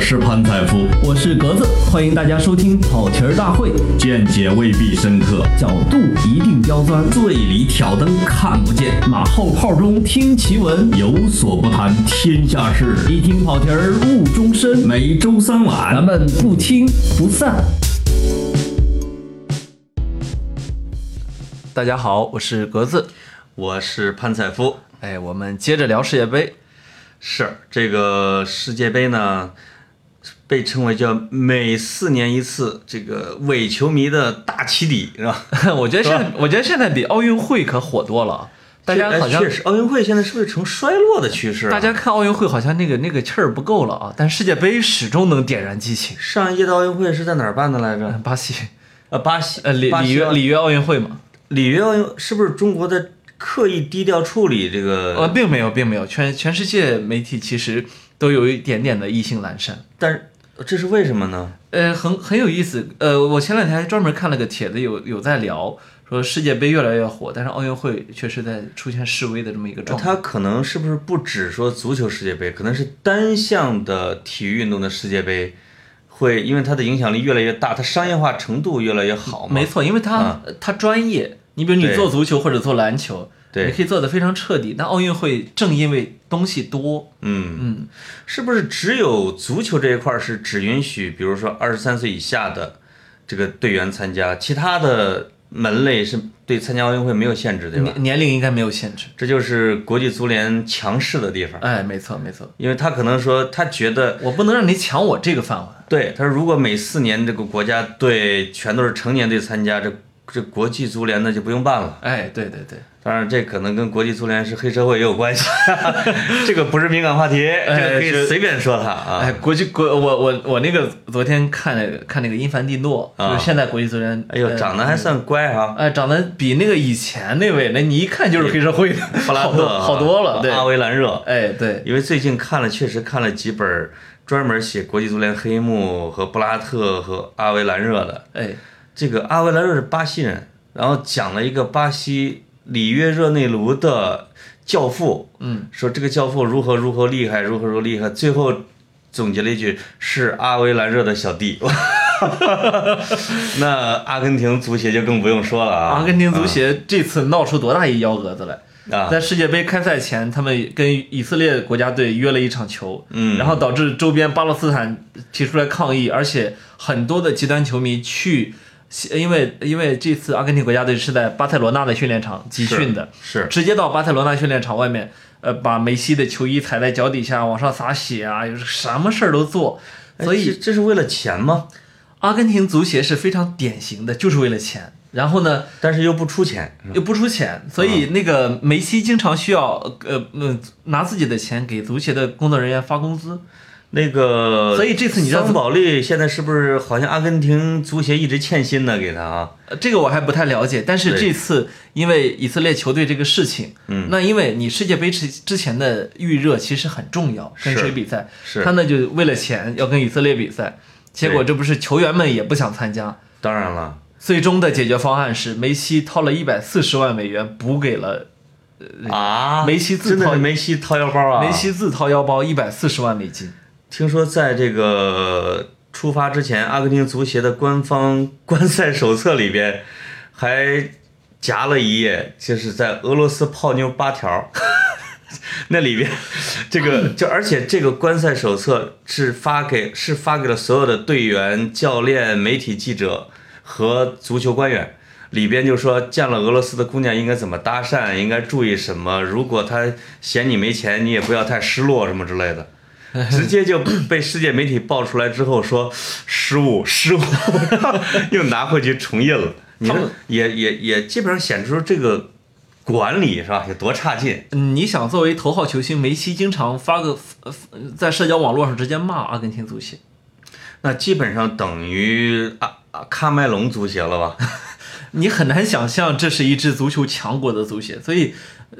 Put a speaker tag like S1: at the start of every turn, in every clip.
S1: 是潘采夫，
S2: 我是格子，欢迎大家收听跑题儿大会，
S1: 见解未必深刻，
S2: 角度一定刁钻，
S3: 醉里挑灯看不见，
S2: 马后炮中听奇闻，
S1: 有所不谈天下事，
S2: 一听跑题儿误终身。
S1: 每周三晚
S2: 咱们不听不散。
S4: 大家好，我是格子，
S3: 我是潘采夫。
S4: 哎，我们接着聊世界杯。
S3: 是这个世界杯呢，被称为叫每四年一次这个伪球迷的大起底，是吧？
S4: 我觉得现在，我觉得现在比奥运会可火多了。 啊大家好像
S3: 哎确实，奥运会现在是不是呈衰落的趋势啊、
S4: 大家看奥运会好像那个那个气儿不够了啊，但世界杯始终能点燃激情。
S3: 上一届的奥运会是在哪儿办的来着？
S4: 巴西，
S3: 呃，巴西，
S4: 嗯呃，里
S3: 巴西
S4: 里约
S3: 啊奥
S4: 里约奥运会嘛，
S3: 里约奥运是不是中国的刻意低调处理这个？
S4: 呃，并没有，并没有，全全世界媒体其实都有一点点的意兴阑珊。
S3: 但是这是为什么呢？
S4: 呃，很很有意思。呃，我前两天还专门看了个帖子，有有在聊说世界杯越来越火，但是奥运会确实在出现示威的这么一个状态。
S3: 呃它可能是不是不只说足球世界杯，可能是单项的体育运动的世界杯，会因为它的影响力越来越大，它商业化程度越来越好嘛？
S4: 没，错，因为他、
S3: 啊
S4: 他专业，你比如你
S3: 对
S4: 做足球或者做篮球，
S3: 对
S4: 你可以做的非常彻底。但奥运会正因为东西多，
S3: 嗯
S4: 嗯，
S3: 是不是只有足球这一块儿是只允许，比如说二十三岁以下的这个队员参加，其他的门类是对参加奥运会没有限制，对吧？
S4: 年年龄应该没有限制。
S3: 这就是国际足联强势的地方，
S4: 哎，没错没错，
S3: 因为他可能说他觉得
S4: 我不能让你抢我这个饭碗。
S3: 对，他说如果每四年这个国家队全都是成年队参加，这这国际足联那就不用办了。
S4: 哎，对对对，
S3: 当然，这可能跟国际足联是黑社会也有关系， 这个不是敏感话题，这个可以
S4: 是
S3: 随便说他
S4: 哎，
S3: 啊。
S4: 国际国我我我那个昨天看那个看那个因凡蒂诺，
S3: 啊
S4: 就是现在国际足联，
S3: 哎呦，
S4: 呃
S3: 长得还算乖哈、
S4: 哎，长得比那个以前那位，那你一看就是黑社 会的，
S3: 布拉
S4: 好
S3: 特
S4: 多
S3: 啊
S4: 好多了，对，
S3: 阿维兰热，
S4: 哎，对，
S3: 因为最近看了，确实看了几本专门写国际足联黑幕和布拉特和阿维兰热的。
S4: 哎，
S3: 这个阿维兰热是巴西人，然后讲了一个巴西里约热内卢的教父，
S4: 嗯，
S3: 说这个教父如何如何厉害，如何如何厉害，最后总结了一句是阿维兰热的小弟。那阿根廷足协就更不用说了啊，
S4: 阿根廷足协这次闹出多大一幺蛾子来？
S3: 啊，
S4: 在世界杯开赛前，他们跟以色列国家队约了一场球，
S3: 嗯
S4: 然后导致周边巴勒斯坦提出来抗议，而且很多的极端球迷去，因为因为这次阿根廷国家队是在巴塞罗那的训练场集训的，
S3: 是
S4: 直接到巴塞罗那训练场外面，呃，把梅西的球衣踩在脚底下，往上洒血啊，有什么事儿都做。所
S3: 哎
S4: 以
S3: 这这是为了钱吗？
S4: 阿根廷足协是非常典型的，就是为了钱。然后呢，
S3: 但是又不出钱，
S4: 又不出钱，所以
S3: 嗯
S4: 那个梅西经常需要呃嗯拿自己的钱给足协的工作人员发工资。
S3: 那个，
S4: 所以这次你知道
S3: 桑保利现在是不是好像阿根廷足协一直欠薪呢？给他啊，
S4: 呃这个我还不太了解，但是
S3: 对
S4: 这次因为以色列球队这个事情，
S3: 嗯
S4: 那因为你世界杯之之前的预热其实很重要，跟
S3: 是
S4: 谁比赛，
S3: 是
S4: 他呢就为了钱要跟以色列比赛，结果
S3: 对
S4: 这不是球员们也不想参加，
S3: 当然了，
S4: 最终的解决方案是梅西掏了一百四十万美元补给了
S3: 啊，
S4: 梅西自
S3: 真的
S4: 掏
S3: 是梅西掏腰包啊！
S4: 梅，西自掏腰包一百四十万美金。
S3: 听说在这个出发之前，阿根廷足协的官方观赛手册里边还夹了一页，就是在俄罗斯泡妞八条。那里边，这个就而且这个观赛手册是发给是发给了所有的队员、教练、媒体记者和足球官员。里边就说见了俄罗斯的姑娘应该怎么搭讪，应该注意什么。如果她嫌你没钱，你也不要太失落什么之 类的。直接就被世界媒体爆出来之后说失误失误， 又拿回去重印了。你
S4: 他
S3: 说
S4: 们
S3: 也也也基本上显出这个管理是吧？有多差劲？
S4: 嗯，你想作为头号球星，梅西经常发个呃在社交网络上直接骂阿根廷足协，
S3: 那基本上等于啊啊喀麦隆足协了吧？
S4: 你很难想象这是一支足球强国的足协，所以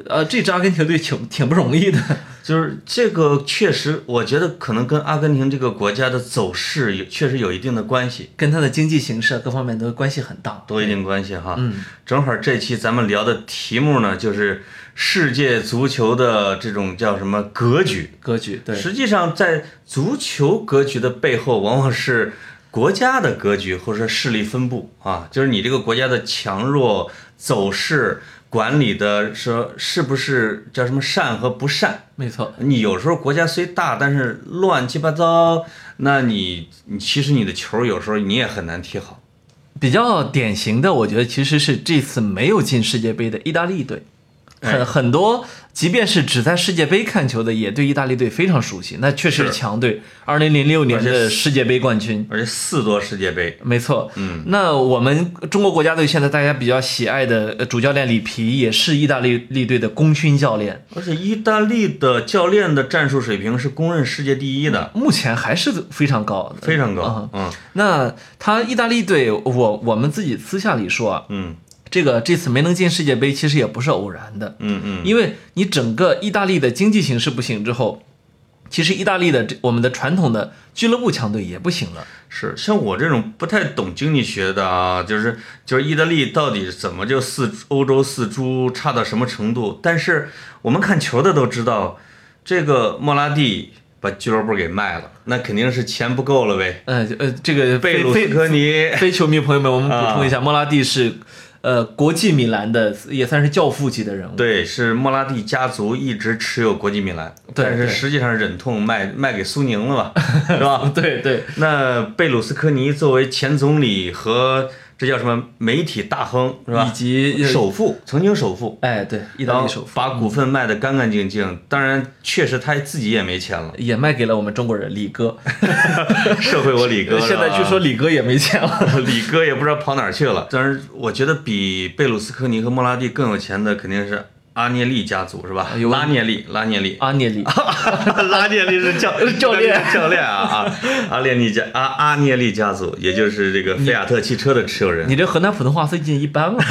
S4: 呃，这支阿根廷队挺挺不容易的。
S3: 就是这个确实，我觉得可能跟阿根廷这个国家的走势有确实有一定的关系，
S4: 跟他的经济形势啊各方面都关系很大。
S3: 都有一定关系哈。嗯，正好这期咱们聊的题目呢，就是世界足球的这种叫什么格局。
S4: 格局对，
S3: 实际上，在足球格局的背后，往往是国家的格局或者说势力分布啊，就是你这个国家的强弱走势。管理的说是不是叫什么善和不善？
S4: 没错，
S3: 你有时候国家虽大，但是乱七八糟，那你你其实你的球有时候你也很难踢好。
S4: 比较典型的，我觉得其实是这次没有进世界杯的意大利队，
S3: 哎
S4: 很很多，即便是只在世界杯看球的，也对意大利队非常熟悉。那确实是
S3: 是
S4: 强队，二零零六年
S3: 而且
S4: 的世界杯冠军。
S3: 而且四多世界杯，
S4: 没错，嗯，那我们中国国家队现在大家比较喜爱的呃主教练里皮也是意大利利队的功勋教练，
S3: 而且意大利的教练的战术水平是公认世界第一的，
S4: 目前还是非常高，
S3: 非常
S4: 嗯
S3: 高。嗯
S4: 那他意大利队，我我们自己私下里说啊，
S3: 嗯
S4: 这个这次没能进世界杯，其实也不是偶然的，
S3: 嗯嗯，
S4: 因为你整个意大利的经济形势不行之后，其实意大利的这我们的传统的俱乐部强队也不行了。
S3: 是像我这种不太懂经济学的啊，就是就是意大利到底怎么就四欧洲四猪差到什么程度？但是我们看球的都知道，这个莫拉蒂把俱乐部给卖了，那肯定是钱不够了呗。
S4: 呃呃，这个
S3: 贝
S4: 非
S3: 鲁斯
S4: 非
S3: 科尼
S4: 非球迷朋友们，我们补充一下，
S3: 啊
S4: 莫拉蒂是呃国际米兰的也算是教父级的人物。
S3: 对，是莫拉蒂家族一直持有国际米兰，
S4: 对
S3: 但是
S4: 对
S3: 实际上忍痛卖卖给苏宁了 吧，是吧？
S4: 对对，
S3: 那贝鲁斯科尼作为前总理和这叫什么媒体大亨是吧？
S4: 以及
S3: 首富，曾经首富，
S4: 哎对，意
S3: 然
S4: 大
S3: 后
S4: 利首富，
S3: 把股份卖得干干净净。当然，确实他自己也没钱了
S4: 也卖给了我们中国人李哥，
S3: 社会我李 哥。
S4: 现在据说李哥也没钱 了。
S3: 李哥也不知道跑哪儿去了。当然，我觉得比贝鲁斯科尼和莫拉蒂更有钱的肯定是阿涅利家族是吧？
S4: 有
S3: 拉涅利，拉涅利，
S4: 阿涅利，
S3: 哎 啊拉涅利是 教
S4: 教练
S3: 教练啊啊！阿涅利家阿阿涅利家族，也就是这个菲亚特汽车的持有人。
S4: 你这河南普通话最近一般嘛？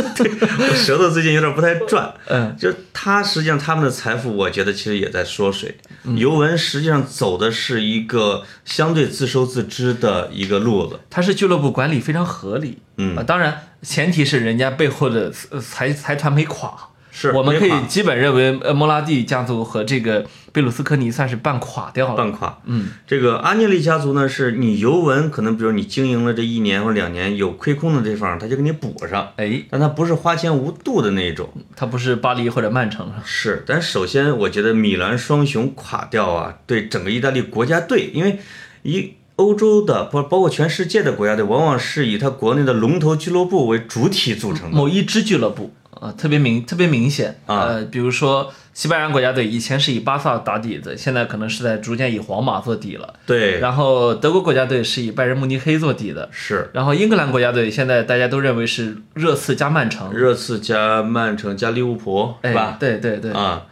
S3: 我舌头最近有点不太转，
S4: 嗯，
S3: 就是他实际上他们的财富，我觉得其实也在缩水。尤文实际上走的是一个相对自收自支的一个路子，
S4: 他是俱乐部管理非常合理，
S3: 嗯
S4: 啊当然前提是人家背后的呃财财团没垮。
S3: 是
S4: 我们可
S3: 没
S4: 以
S3: 垮
S4: 基本认为，呃，莫拉蒂家族和这个贝鲁斯科尼算是半垮掉了。
S3: 半垮。嗯，这个阿涅利家族呢，是你尤文可能比如你经营了这一年或者两年有亏空的地方，他就给你补上，
S4: 哎，
S3: 但他不是花钱无度的那种。
S4: 他不是巴黎或者曼城了，
S3: 是，但首先我觉得米兰双雄垮掉啊，对整个意大利国家队，因为一欧洲的包包括全世界的国家队，往往是以他国内的龙头俱乐部为主体组成的。
S4: 某一支俱乐部啊、呃特别明特别明显
S3: 啊
S4: 呃，比如说西班牙国家队以前是以巴萨打底子，现在可能是在逐渐以皇马做底了。
S3: 对，
S4: 然后德国国家队是以拜仁慕尼黑做底的，
S3: 是
S4: 然后英格兰国家队现在大家都认为是热刺加曼城，
S3: 热刺加曼城加利物浦，是
S4: 哎
S3: 吧，？
S4: 对对对，
S3: 啊，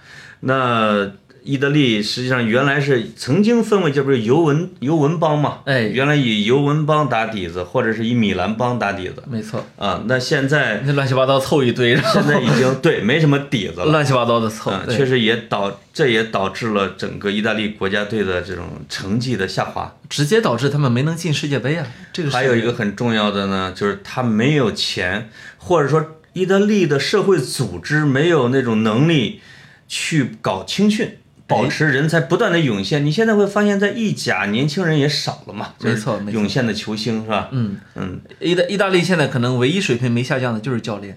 S3: 那意大利实际上原来是曾经分为，这不是尤文尤文帮嘛？
S4: 哎
S3: 原来以尤文帮打底子，或者是以米兰帮打底子
S4: 没错，
S3: 啊。那现在
S4: 那乱七八糟凑一堆，然后
S3: 现在已经对没什么底子了。
S4: 乱七八糟的凑，
S3: 嗯，
S4: 对
S3: 确实也导，这也导致了整个意大利国家队的这种成绩的下滑。
S4: 直接导致他们没能进世界杯啊。这个是
S3: 还有一个很重要的呢，就是他没有钱，或者说意大利的社会组织没有那种能力去搞青训，保持人才不断的涌现。你现在会发现在意甲年轻人也少了嘛，
S4: 没错
S3: 就是
S4: 没错
S3: 涌现的球星是吧？
S4: 嗯
S3: 嗯
S4: 意大意大利现在可能唯一水平没下降的就是教练，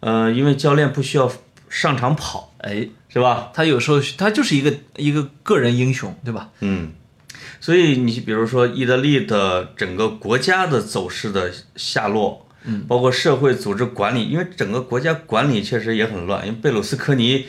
S3: 呃，因为教练不需要上场跑，
S4: 哎，
S3: 是吧？
S4: 他有时候他就是一个一个个人英雄，对吧？
S3: 嗯，所以你比如说意大利的整个国家的走势的下落，嗯，包括社会组织管理，因为整个国家管理确实也很乱，因为贝鲁斯科尼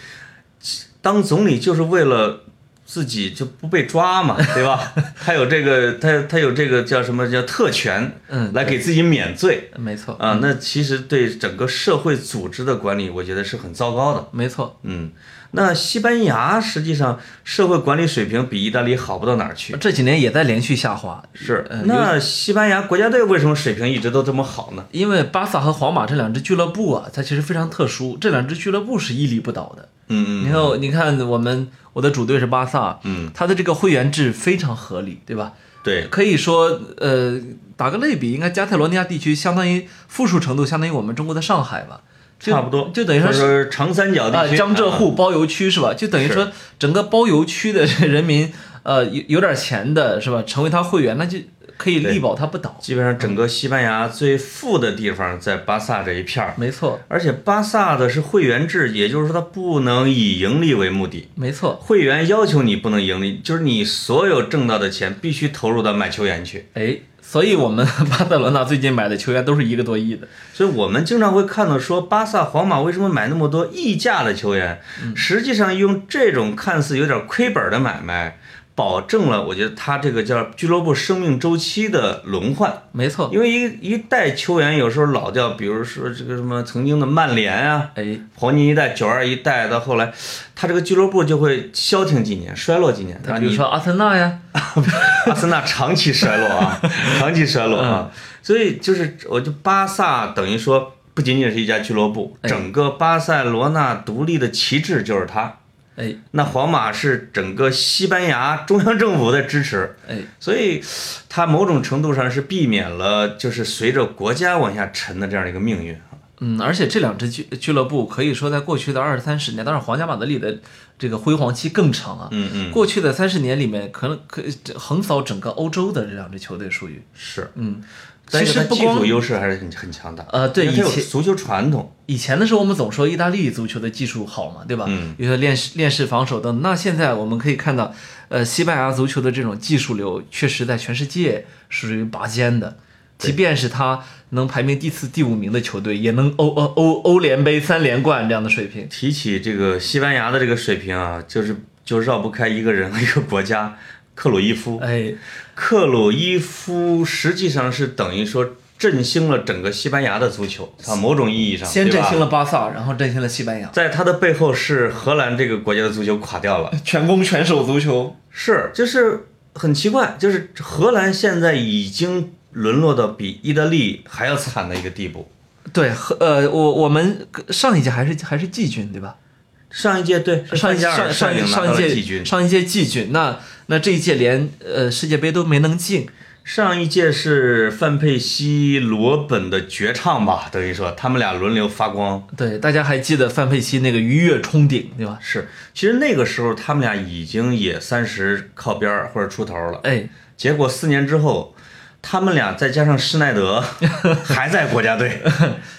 S3: 当总理就是为了。自己就不被抓 嘛，对吧？他有这个，他他有这个叫什么叫特权，
S4: 嗯
S3: 来给自己免罪
S4: 没错，
S3: 啊。那其实对整个社会组织的管理，我觉得是很糟糕的。
S4: 没错，
S3: 嗯，那西班牙实际上社会管理水平比意大利好不到哪儿去。
S4: 这几年也在连续下滑，
S3: 是
S4: 呃，
S3: 那西班牙国家队为什么水平一直都这么好呢？
S4: 因为巴萨和皇马这两支俱乐部啊，它其实非常特殊，这两支俱乐部是屹立不倒的。
S3: 嗯
S4: 你看我，你看我们我的主队是巴萨，
S3: 嗯，
S4: 它的这个会员制非常合理，对吧？
S3: 对，
S4: 可以说，呃，打个类比，应该加泰罗尼亚地区相当于富庶程度相当于我们中国的上海吧，就
S3: 差不多，
S4: 就等于说
S3: 或者
S4: 是
S3: 说长三角
S4: 啊
S3: 地，区，
S4: 江浙沪包邮区是吧？就等于说整个包邮区的 这人民，呃，有有点钱的是吧？成为他会员，那就可以力保他不倒。
S3: 基本上整个西班牙最富的地方在巴萨这一片儿，
S4: 没错，
S3: 而且巴萨的是会员制，也就是说它不能以盈利为目的。
S4: 没错。
S3: 会员要求你不能盈利，就是你所有挣到的钱必须投入到买球员去。
S4: 哎，所以我们 巴塞罗那最近买的球员都是一个多亿的。
S3: 所以我们经常会看到说，巴萨、皇马为什么买那么多溢价的球员？
S4: 嗯
S3: 实际上用这种看似有点亏本的买卖，保证了我觉得他这个叫俱乐部生命周期的轮换。
S4: 没错。
S3: 因为一一代球员有时候老掉，比如说这个什么曾经的曼联啊，
S4: 哎，
S3: 黄金一代、九二一代，到后来，他这个俱乐部就会消停几年，衰落几年。
S4: 比如说阿森纳呀，
S3: 阿森纳长期衰落 啊，长期衰落啊，所以就是我就巴萨等于说不仅仅是一家俱乐部，
S4: 哎
S3: 整个巴塞罗那独立的旗帜就是它。
S4: 哎
S3: 那皇马是整个西班牙中央政府的支持，
S4: 哎，
S3: 所以它某种程度上是避免了就是随着国家往下沉的这样一个命运。啊
S4: 嗯，而且这两支俱俱乐部可以说在过去的二三十年，当然皇家马德里的这个辉煌期更长啊。
S3: 嗯嗯，
S4: 过去的三十年里面，可能可这横扫整个欧洲的这两支球队属于，
S3: 是，
S4: 嗯，
S3: 但
S4: 其
S3: 是它
S4: 实不
S3: 技术
S4: 光
S3: 优势还是很很强大。
S4: 呃对
S3: 因为它有
S4: 以前
S3: 足球传统。
S4: 以前的时候，我们总说意大利足球的技术好嘛，对吧？
S3: 嗯，
S4: 有些练练式防守等。那现在我们可以看到，呃，西班牙足球的这种技术流，确实在全世界是属于拔尖的。即便是他能排名第四、第五名的球队，也能欧欧欧欧联杯三连冠这样的水平。
S3: 提起这个西班牙的这个水平啊，就是就绕不开一个人和一个国家，克鲁伊夫。
S4: 哎，
S3: 克鲁伊夫实际上是等于说振兴了整个西班牙的足球啊，某种意义上，
S4: 先
S3: 对
S4: 振
S3: 吧
S4: 兴了巴萨，然后振兴了西班牙，
S3: 在他的背后是荷兰这个国家的足球垮掉了，
S4: 全攻全守足球。
S3: 是就是很奇怪，就是荷兰现在已经沦落到比意大利还要惨的一个地步。
S4: 对，和呃，我我们上一届还是还是季军对吧？
S3: 上一届对是
S4: 上一
S3: 范加尔
S4: 上上一
S3: 率领拿
S4: 上
S3: 到
S4: 一
S3: 了
S4: 届
S3: 季军，
S4: 上一届季军，那那这一届连呃世界杯都没能进，
S3: 上一届是范佩西、罗本的绝唱吧，等于说他们俩轮流发光。
S4: 对，大家还记得范佩西那个鱼跃冲顶，对吧？
S3: 是，其实那个时候他们俩已经也三十靠边儿或者出头了，
S4: 哎，
S3: 结果四年之后，他们俩再加上施耐德 还在国家队，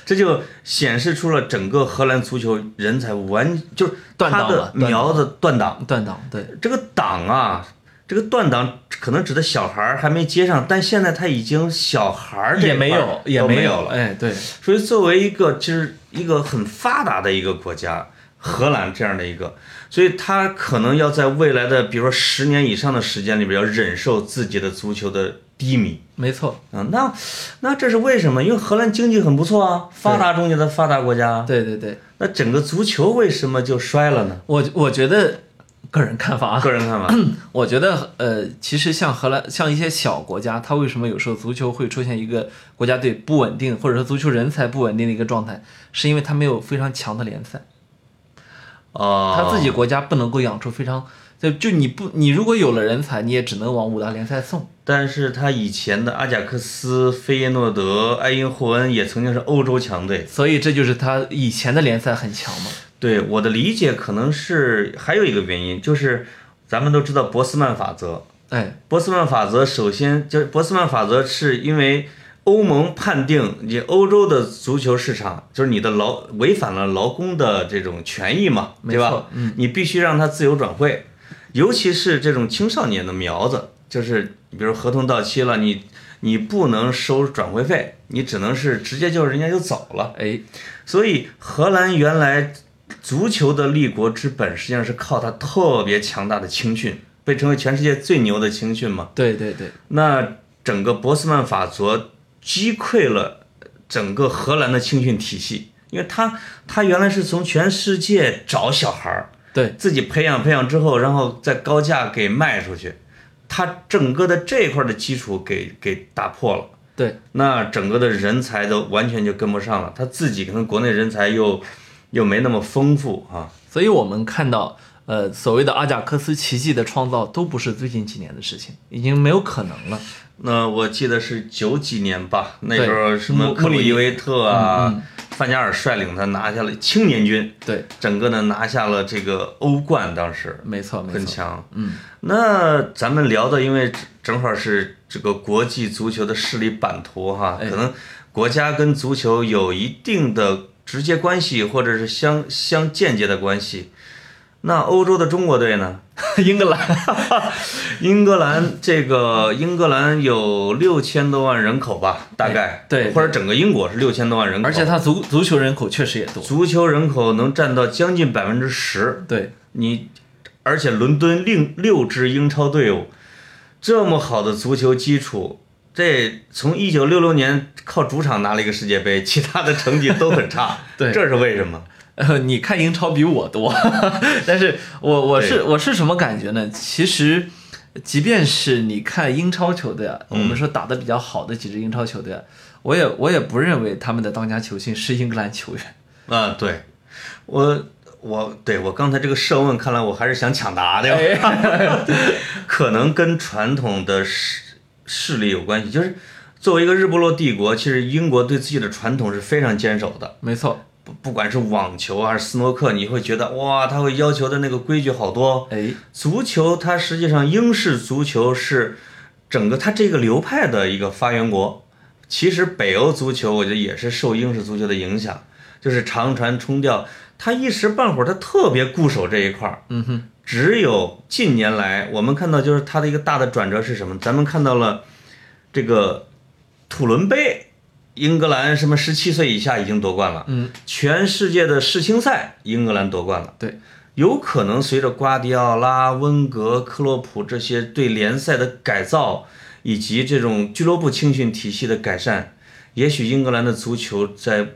S3: 这就显示出了整个荷兰足球人才完就是
S4: 断
S3: 他
S4: 档
S3: 的
S4: 了断档
S3: 苗子断档。
S4: 断档，对，
S3: 这个档啊，这个断档可能指的小孩儿还没接上，但现在他已经小孩儿这
S4: 也没
S3: 块儿
S4: 有，也
S3: 都没
S4: 有
S3: 了。
S4: 哎，对，
S3: 所以作为一个其实一个很发达的一个国家，荷兰这样的一个，所以他可能要在未来的比如说十年以上的时间里边，要忍受自己的足球的低迷。
S4: 没错，
S3: 啊，那那这是为什么？因为荷兰经济很不错啊，发达中间的发达国家啊。
S4: 对对对，
S3: 那整个足球为什么就衰了呢？
S4: 我我觉得个人看法啊，
S3: 个人看 法，
S4: 我觉得，呃，其实像荷兰，像一些小国家，它为什么有时候足球会出现一个国家队不稳定，或者说足球人才不稳定的一个状态，是因为它没有非常强的联赛，
S3: 哦，
S4: 它自己国家不能够养出非常，就就你不，你如果有了人才，你也只能往五大联赛送。
S3: 但是他以前的阿贾克斯、费耶诺德、埃因霍恩也曾经是欧洲强队。
S4: 所以这就是他以前的联赛很强嘛。
S3: 对我的理解，可能是还有一个原因，就是咱们都知道博斯曼法则。
S4: 哎，
S3: 博斯曼法则首先就是博斯曼法则，是因为欧盟判定你欧洲的足球市场就是你的劳违反了劳工的这种权益嘛，
S4: 没
S3: 对
S4: 错
S3: 吧？嗯，你必须让它自由转会，尤其是这种青少年的苗子，就是比如合同到期了，你你不能收转会费，你只能是直接就人家就走了。
S4: 哎，
S3: 所以荷兰原来足球的立国之本，实际上是靠它特别强大的青训，被称为全世界最牛的青训嘛。
S4: 对对对，
S3: 那整个博斯曼法则击溃了整个荷兰的青训体系，因为他他原来是从全世界找小孩儿，
S4: 对，
S3: 自己培养培养之后，然后再高价给卖出去，他整个的这一块的基础给给打破了，
S4: 对，
S3: 那整个的人才都完全就跟不上了，他自己可能国内人才又又没那么丰富啊，
S4: 所以我们看到，呃，所谓的阿贾克斯奇迹的创造，都不是最近几年的事情，已经没有可能了。
S3: 那我记得是九几年吧，那
S4: 对
S3: 时候什么
S4: 穆
S3: 克
S4: 穆
S3: 鲁
S4: 里嗯
S3: 伊维特啊、范加尔率领他拿下了青年军，
S4: 对，
S3: 整个呢拿下了这个欧冠，当时
S4: 没错，没
S3: 很
S4: 错。
S3: 强。嗯，那咱们聊的，因为正好是这个国际足球的势力版图哈，
S4: 哎
S3: 可能国家跟足球有一定的直接关系，或者是相相间接的关系。那欧洲的中国队呢？
S4: 英格兰，
S3: 英格兰这个英格兰有六千多万人口吧，大概
S4: 哎对对
S3: 或者整个英国是六千多万人口，
S4: 而且他足足球人口确实也多。
S3: 足球人口能占到将近百分之十，
S4: 对，，
S3: 你而且伦敦另六支英超队伍，这么好的足球基础，这从一九六六年靠主场拿了一个世界杯，其他的成绩都很差
S4: 对
S3: 这是为什么？
S4: 呃，你看英超比我多， 但是我我是我是什么感觉呢？其实，即便是你看英超球队啊，我们说打得比较好的几支英超球队啊，我也我也不认为他们的当家球星是英格兰球员。
S3: 啊，对，我我对我刚才这个设问，看来我还是想抢答的呀， 可能跟传统的势势力有关系，就是作为一个日不落帝国，其实英国对自己的传统是非常坚守的。
S4: 没错，
S3: 不不管是网球啊还是斯诺克，你会觉得哇，他会要求的那个规矩好多。哦
S4: 哎，
S3: 足球它实际上英式足球是整个它这个流派的一个发源国。其实北欧足球我觉得也是受英式足球的影响，就是长传冲吊，他一时半会儿他特别固守这一块儿。
S4: 嗯哼，
S3: 只有近年来我们看到就是它的一个大的转折是什么？咱们看到了这个土伦杯，英格兰什么十七岁以下已经夺冠了，
S4: 嗯，
S3: 全世界的世青赛英格兰夺冠了。
S4: 对，
S3: 有可能随着瓜迪奥拉、温格、克洛普这些对联赛的改造，以及这种俱乐部青训体系的改善，也许英格兰的足球在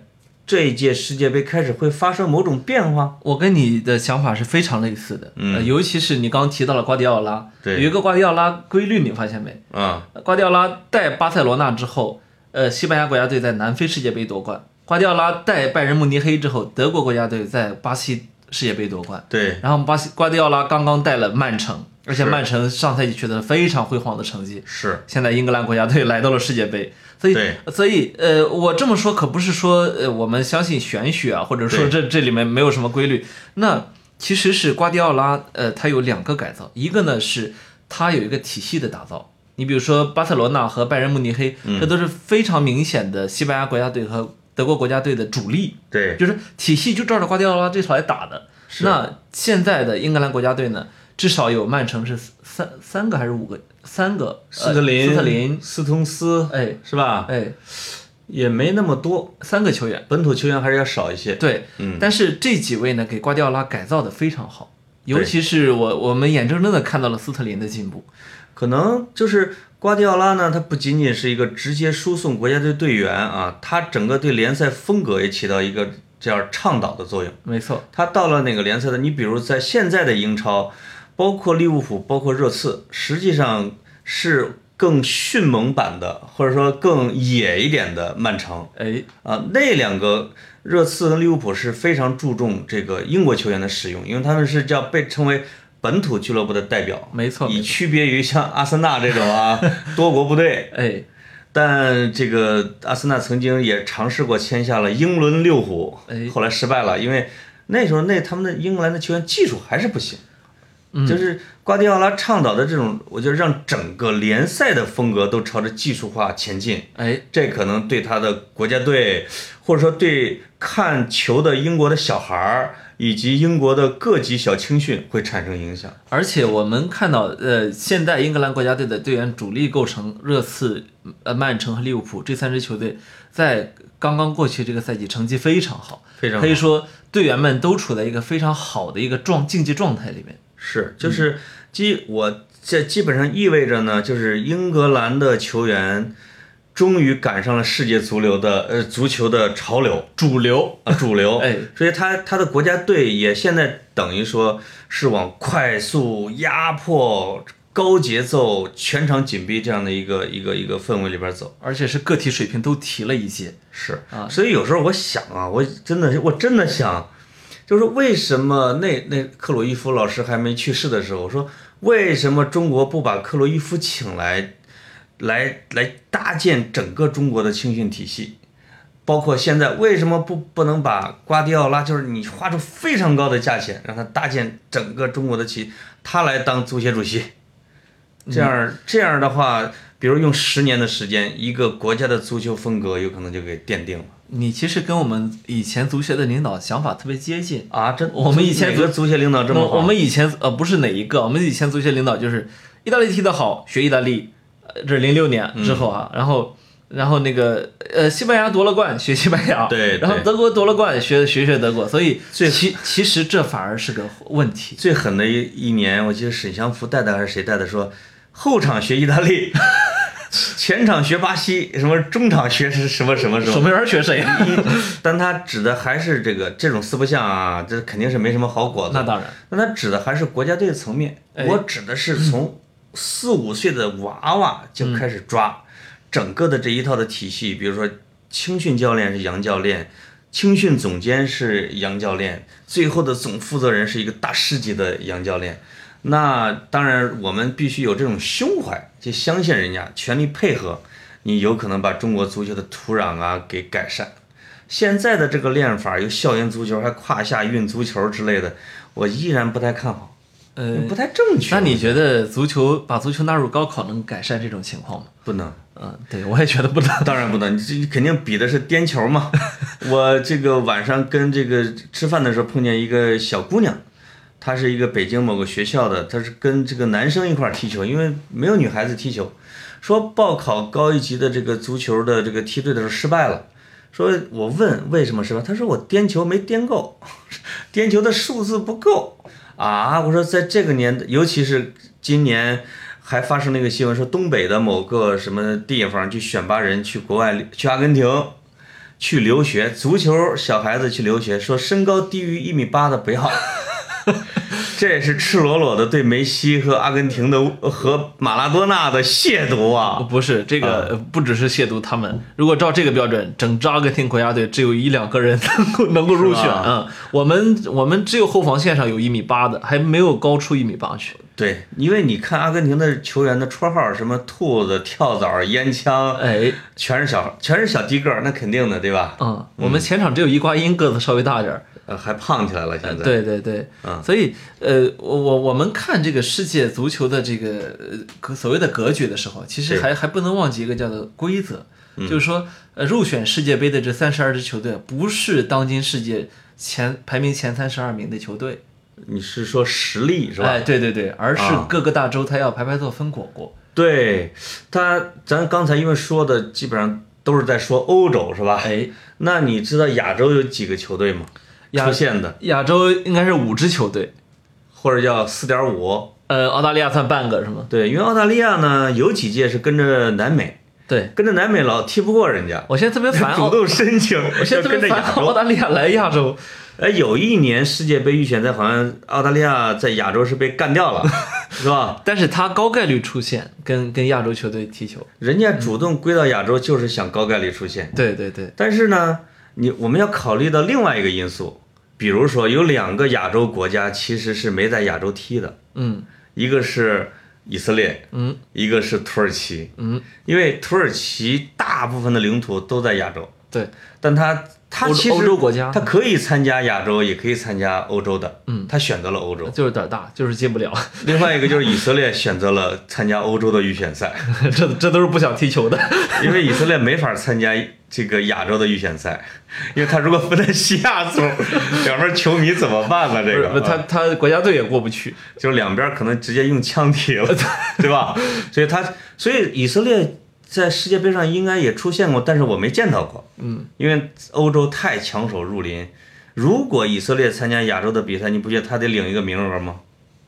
S3: 这一届世界杯开始会发生某种变化。
S4: 我跟你的想法是非常类似的，
S3: 嗯
S4: 呃尤其是你刚提到了瓜迪奥拉，
S3: 对
S4: 有一个瓜迪奥拉规律，你发现没？
S3: 啊、
S4: 瓜迪奥拉带巴塞罗那之后，呃，西班牙国家队在南非世界杯夺冠；瓜迪奥拉带拜仁慕尼黑之后，德国国家队在巴西世界杯夺冠。
S3: 对
S4: 然后巴西瓜迪奥拉刚刚带了曼城，而且
S3: 是
S4: 曼城上赛季取得了非常辉煌的成绩，
S3: 是，
S4: 现在英格兰国家队来到了世界杯，所以
S3: 对
S4: 所以呃，我这么说可不是说呃我们相信玄学啊，或者说
S3: 对
S4: 这这里面没有什么规律。那其实是瓜迪奥拉呃，他有两个改造，一个呢是他有一个体系的打造。你比如说巴塞罗那和拜仁慕尼黑，
S3: 嗯
S4: 这都是非常明显的西班牙国家队和德国国家队的主力。
S3: 对
S4: 就是体系就照着瓜迪奥拉这套来打的。那现在的英格兰国家队呢，至少有曼城是三三个还是五个？三个，
S3: 斯特林、
S4: 呃、斯特林，
S3: 斯通斯，
S4: 哎
S3: 是吧？
S4: 哎，
S3: 也没那么多，
S4: 三个球员。
S3: 本土球员还是要少一些。，
S4: 对，
S3: 嗯
S4: 但是这几位呢，给瓜迪奥拉改造的非常好，尤
S3: 对
S4: 其是我我们眼睁睁的看到了斯特林的进步。
S3: 可能就是瓜迪奥拉呢，他不仅仅是一个直接输送国家队队员啊，他整个对联赛风格也起到一个这样倡导的作用。
S4: 没错，
S3: 他到了哪个联赛的？你比如在现在的英超，包括利物浦，包括热刺，实际上是更迅猛版的，或者说更野一点的曼城
S4: 哎，
S3: 啊。那两个热刺跟利物浦是非常注重这个英国球员的使用，因为他们是叫被称为本土俱乐部的代表，
S4: 没错，
S3: 以
S4: 没错
S3: 区别于像阿森纳这种 啊多国部队。
S4: 哎，
S3: 但这个阿森纳曾经也尝试过签下了英伦六虎
S4: 哎，
S3: 后来失败了，因为那时候那他们的英格兰的球员技术还是不行。
S4: 嗯
S3: 就是瓜迪奥拉倡导的这种，我觉得让整个联赛的风格都朝着技术化前进，
S4: 哎，
S3: 这可能对他的国家队，或者说对看球的英国的小孩儿以及英国的各级小青训会产生影响。
S4: 而且我们看到，呃，现在英格兰国家队的队员主力构成热刺、呃曼城和利物浦这三支球队，在刚刚过去这个赛季成绩非常好，
S3: 非常好
S4: 可以说队员们都处在一个非常好的一个状竞技状态里面。
S3: 是，就是基我这基本上意味着呢，就是英格兰的球员终于赶上了世界足流的呃足球的潮流
S4: 主流，
S3: 啊主流，
S4: 哎
S3: 所以他他的国家队也现在等于说是往快速、压迫、高节奏、全场紧逼这样的一个一个一个氛围里边走。
S4: 而且是个体水平都提了一些。
S3: 是
S4: 啊
S3: 所以有时候我想啊，我真的是我真的想，就是为什么那那克鲁伊夫老师还没去世的时候，我说为什么中国不把克鲁伊夫请来，来来搭建整个中国的青训体系？包括现在，为什么不不能把瓜迪奥拉，就是你花出非常高的价钱让他搭建整个中国的旗，他来当足协主席？这样这样的话，比如用十年的时间，一个国家的足球风格有可能就给奠定了
S4: 你其实跟我们以前足协的领导想法特别接近。
S3: 啊！真，
S4: 我们以前
S3: 哪个足协领导这么
S4: 我
S3: 好？
S4: 我们以前呃不是哪一个，我们以前足协领导就是意大利踢得好，学意大利，呃这是零六
S3: 嗯
S4: 年之后啊，然后然后那个呃西班牙夺了冠，学西班牙，
S3: 对对
S4: 然后德国夺了冠，学学学德国，所以
S3: 最
S4: 其其实这反而是个问题。
S3: 最狠的一一年，我记得沈祥福带的还是谁带的说，后场学意大利， 前场学巴西，什么中场学 是什么什么什
S4: 守
S3: 么。
S4: 门员学谁？
S3: 但他指的还是这个这种四不像啊，这肯定是没什么好果子。
S4: 那当然，
S3: 那他指的还是国家队层面，
S4: 哎
S3: 我指的是从四五岁的娃娃就开始抓、整个的这一套的体系，比如说青训教练是杨教练，青训总监是杨教练，最后的总负责人是一个大师级的杨教练。那当然，我们必须有这种胸怀，就相信人家，全力配合，你有可能把中国足球的土壤啊给改善。现在的这个练法，有校园足球，还胯下运足球之类的，我依然不太看好，
S4: 呃，
S3: 不太正确。
S4: 那你觉得足球把足球纳入高考能改善这种情况吗？
S3: 不能，
S4: 嗯，对，我也觉得不能。
S3: 当然不能，你这肯定比的是颠 球嘛。我这个晚上跟这个吃饭的时候碰见一个小姑娘，她是一个北京某个学校的，她是跟这个男生一块儿踢球，因为没有女孩子踢球，说报考高一级的这个足球的这个梯队的时候失败了。说我问为什么失败，她说我颠球没颠够，颠球的数字不够啊。我说在这个年代，尤其是今年还发生了一个新闻，说东北的某个什么地方去选拔人去国外去阿根廷去留学，足球小孩子去留学，说身高低于一米八的不要。 这也是赤裸裸的对梅西和阿根廷的呃和马拉多纳的亵渎啊！
S4: 哦不是这个，呃不只是亵渎他们。如果照这个标准，整支阿根廷国家队只有一两个人 能够能够入选。
S3: 是吧
S4: 嗯，我们我们只有后防线上有一米八的，还没有高出一米八去。
S3: 对，因为你看阿根廷的球员的绰号，什么兔子、跳蚤、烟枪，
S4: 哎，
S3: 全是小，全是小低个儿，那肯定的，对吧？
S4: 嗯，我们前场只有伊瓜因个子稍微大点儿。
S3: 呃，还胖起来了，现在。，
S4: 对对对，
S3: 嗯
S4: 所以呃，我我我们看这个世界足球的这个呃格所谓的格局的时候，其实
S3: 对嗯
S4: 还还不能忘记一个叫做规则，就是说呃，入选世界杯的这三十二支球队不是当今世界前排名前三十二名的球队，
S3: 你是说实力是吧？
S4: 哎，对对对，而是
S3: 啊
S4: 各个大洲它要排排坐分果果，
S3: 对，他咱刚才因为说的基本上都是在说欧洲是吧？
S4: 哎，
S3: 那你知道亚洲有几个球队吗？
S4: 亚
S3: 出现的
S4: 亚洲应该是五支球队，
S3: 或者叫四点五，
S4: 呃，澳大利亚算半个是吗？
S3: 对，因为澳大利亚呢有几届是跟着南美，
S4: 对，
S3: 跟着南美老踢不过人家，
S4: 我现在特别烦
S3: 主
S4: 澳，
S3: 动申请
S4: 我现在
S3: 要
S4: 特
S3: 跟着
S4: 别烦
S3: 亚
S4: 澳
S3: 洲。
S4: 大利亚来亚洲，
S3: 哎，有一年世界杯预选赛好像澳大利亚在亚洲是被干掉 了，是吧？
S4: 但是他高概率出现跟跟亚洲球队踢球。
S3: 人家主动归到亚洲就是想高概率出现。
S4: 对对对，
S3: 但是呢，你我们要考虑到另外一个因素，比如说有两个亚洲国家其实是没在亚洲踢的，
S4: 嗯
S3: 一个是以色列，
S4: 嗯，
S3: 一个是土耳其，
S4: 嗯，
S3: 因为土耳其大部分的领土都在亚洲，
S4: 对，
S3: 但它它
S4: 欧
S3: 其实
S4: 欧洲国家
S3: 它可以参加亚洲，也可以参加欧洲的，
S4: 嗯
S3: 它选择了欧洲。
S4: 就是胆儿大，就是进不了，
S3: 另外一个就是以色列选择了参加欧洲的预选赛，
S4: 这这都是不想踢球的。
S3: 因为以色列没法参加这个亚洲的预选赛，因为他如果分在西亚组，两边球迷怎么办呢？这
S4: 不
S3: 个啊
S4: 是他他国家队也过不去。
S3: 就是两边可能直接用枪踢 了，对吧？所以他所以以色列在世界杯上应该也出现过，但是我没见到过。
S4: 嗯，
S3: 因为欧洲太强手入林。如果以色列参加亚洲的比赛，你不觉得他得领一个名额吗？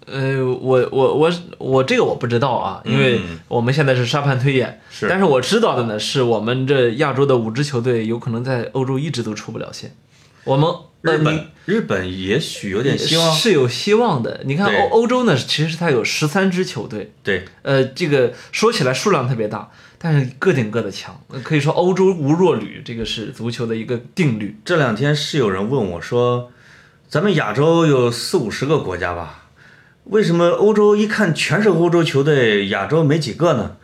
S4: 呃，我我我我这个我不知道啊，因为
S3: 嗯
S4: 我们现在是沙盘推演。
S3: 是
S4: 但是我知道的呢，是我们这亚洲的五支球队有可能在欧洲一直都出不了线。我们
S3: 日
S4: 呃
S3: 本
S4: 你
S3: 日本也许有点希望，
S4: 是有希望的。你看
S3: 对
S4: 欧欧洲呢，其实它有十三支球队，
S3: 对
S4: 呃，这个说起来数量特别大，但是个顶个的强，呃可以说欧洲无弱旅，这个是足球的一个定律。
S3: 这两天是有人问我说，咱们亚洲有四五十个国家吧，为什么欧洲一看全是欧洲球队，亚洲没几个呢？